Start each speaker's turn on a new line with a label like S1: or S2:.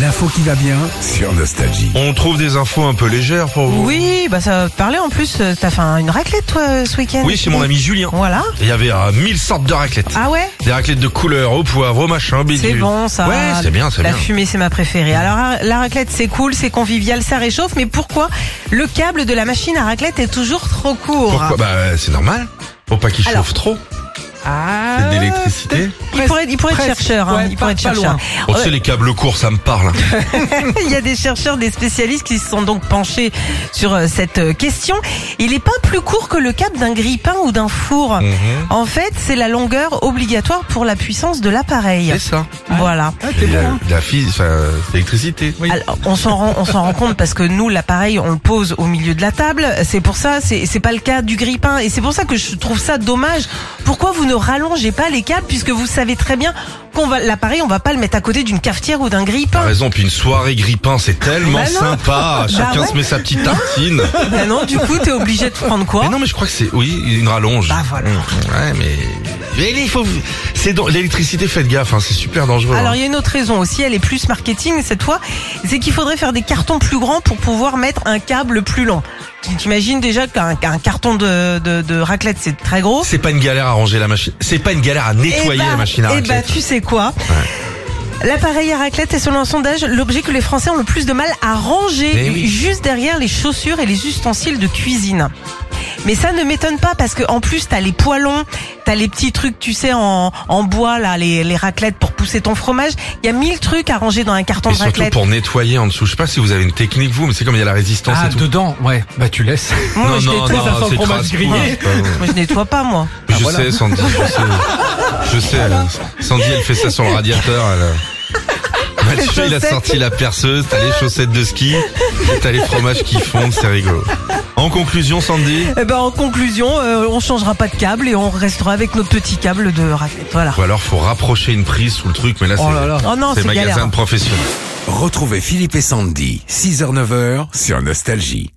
S1: L'info qui va bien sur Nostalgie.
S2: On trouve des infos un peu légères pour vous.
S3: Oui, bah ça va te parler en plus. euh, T'as fait un- une raclette toi euh, ce week-end
S2: Oui, chez mon ami Julien.
S3: Voilà.
S2: Il y avait euh, mille sortes de raclettes.
S3: Ah ouais
S2: Des raclettes de couleur, au poivre, au machin, bidule.
S3: C'est bon ça.
S2: Ouais, c'est bien, c'est
S3: La
S2: bien. Mmh.
S3: fumée, c'est ma préférée. Alors ra- la raclette, c'est cool, c'est convivial, ça réchauffe. Mais pourquoi le câble de la machine à raclette est toujours trop court
S2: Pourquoi Bah, euh, c'est normal. Faut pas qu'il
S3: hein. Alors.
S2: chauffe trop.
S3: Ah.
S2: C'est de l'électricité.
S3: Il pourrait, il pourrait être chercheur. hein,
S4: Ouais,
S3: il
S4: pas-
S3: pourrait être
S4: pas
S3: chercheur.
S2: On sait, les câbles courts, ça me parle. hein.
S3: Il y a des chercheurs, des spécialistes qui se sont donc penchés sur euh, cette euh, question. Il n'est pas plus court que le câble d'un grille-pain ou d'un four.
S2: Mmh.
S3: En fait, c'est la longueur obligatoire pour la puissance de l'appareil.
S2: C'est ça.
S3: Voilà.
S4: Ah, t'es
S2: Et
S4: bon.
S2: la,
S4: hein.
S2: la fille, enfin, euh, c'est l'électricité. Oui.
S3: Alors, on s'en rend, on s'en rend compte parce que nous, l'appareil, on le pose au milieu de la table. C'est pour ça, c'est c'est pas le cas du grille-pain. Et c'est pour ça que je trouve ça dommage. Pourquoi vous ne rallongez pas les câbles puisque vous savez très bien qu'on va, l'appareil, on va pas le mettre à côté d'une cafetière ou d'un
S2: T'as
S3: grille-pain.
S2: raison, puis une soirée grippin, c'est tellement
S3: Bah non.
S2: sympa. Chacun
S3: ouais.
S2: se met sa petite tartine.
S3: Bah non, du coup, t'es obligé de prendre quoi?
S2: Mais non, mais je crois que c'est, oui, une rallonge.
S3: Bah voilà.
S2: Ouais, mais, mais il faut, c'est dans- l'électricité, faites gaffe, hein, c'est super dangereux. hein.
S3: Alors il y a une autre raison aussi, elle est plus marketing cette fois, c'est qu'il faudrait faire des cartons plus grands pour pouvoir mettre un câble plus long. Tu t'imagines déjà qu'un qu'un carton de, de, de raclette c'est très gros.
S2: C'est pas une galère à ranger la machine. C'est pas une galère à nettoyer
S3: Eh ben-
S2: la machine à
S3: eh ben,
S2: raclette.
S3: tu sais quoi L'appareil à raclette est selon un sondage l'objet que les Français ont le plus de mal à ranger
S2: Eh oui.
S3: juste derrière les chaussures et les ustensiles de cuisine. Mais ça ne m'étonne pas parce que en plus t'as les poêlons, t'as les petits trucs tu sais en, en bois là, les, les raclettes pour pousser ton fromage. Il y a mille trucs à ranger dans un carton
S2: Et
S3: de
S2: surtout
S3: raclette.
S2: pour nettoyer en dessous. Je sais pas si vous avez une technique vous, mais c'est comme il y a la résistance
S4: Ah,
S2: et tout.
S4: dedans, ouais. Bah, tu laisses.
S3: Moi, je
S2: non,
S3: nettoie.
S4: ça sent le
S2: c'est
S4: fromage
S2: trace-
S4: grillé. Ah,
S2: Ouais, c'est pas vrai.
S3: Moi, je nettoie pas moi.
S2: Je
S4: voilà.
S2: sais, Sandy, je sais. Je sais, elle- Sandy, elle fait ça sur le radiateur. elle. Mathieu, il a
S3: chaussettes.
S2: sorti la perceuse, t'as les chaussettes de ski, et t'as les fromages qui fondent, c'est rigolo. En conclusion, Sandy,
S3: Eh ben en conclusion, euh, on changera pas de câble et on restera avec notre petit câble de raclette. Voilà.
S2: ou alors faut rapprocher une prise sous le truc, mais là c'est
S4: Oh là là.
S3: Oh non,
S2: c'est
S3: c'est
S2: magasin
S3: galère.
S2: de professionnels.
S1: Retrouvez Philippe et Sandy, 6h-9h sur Nostalgie.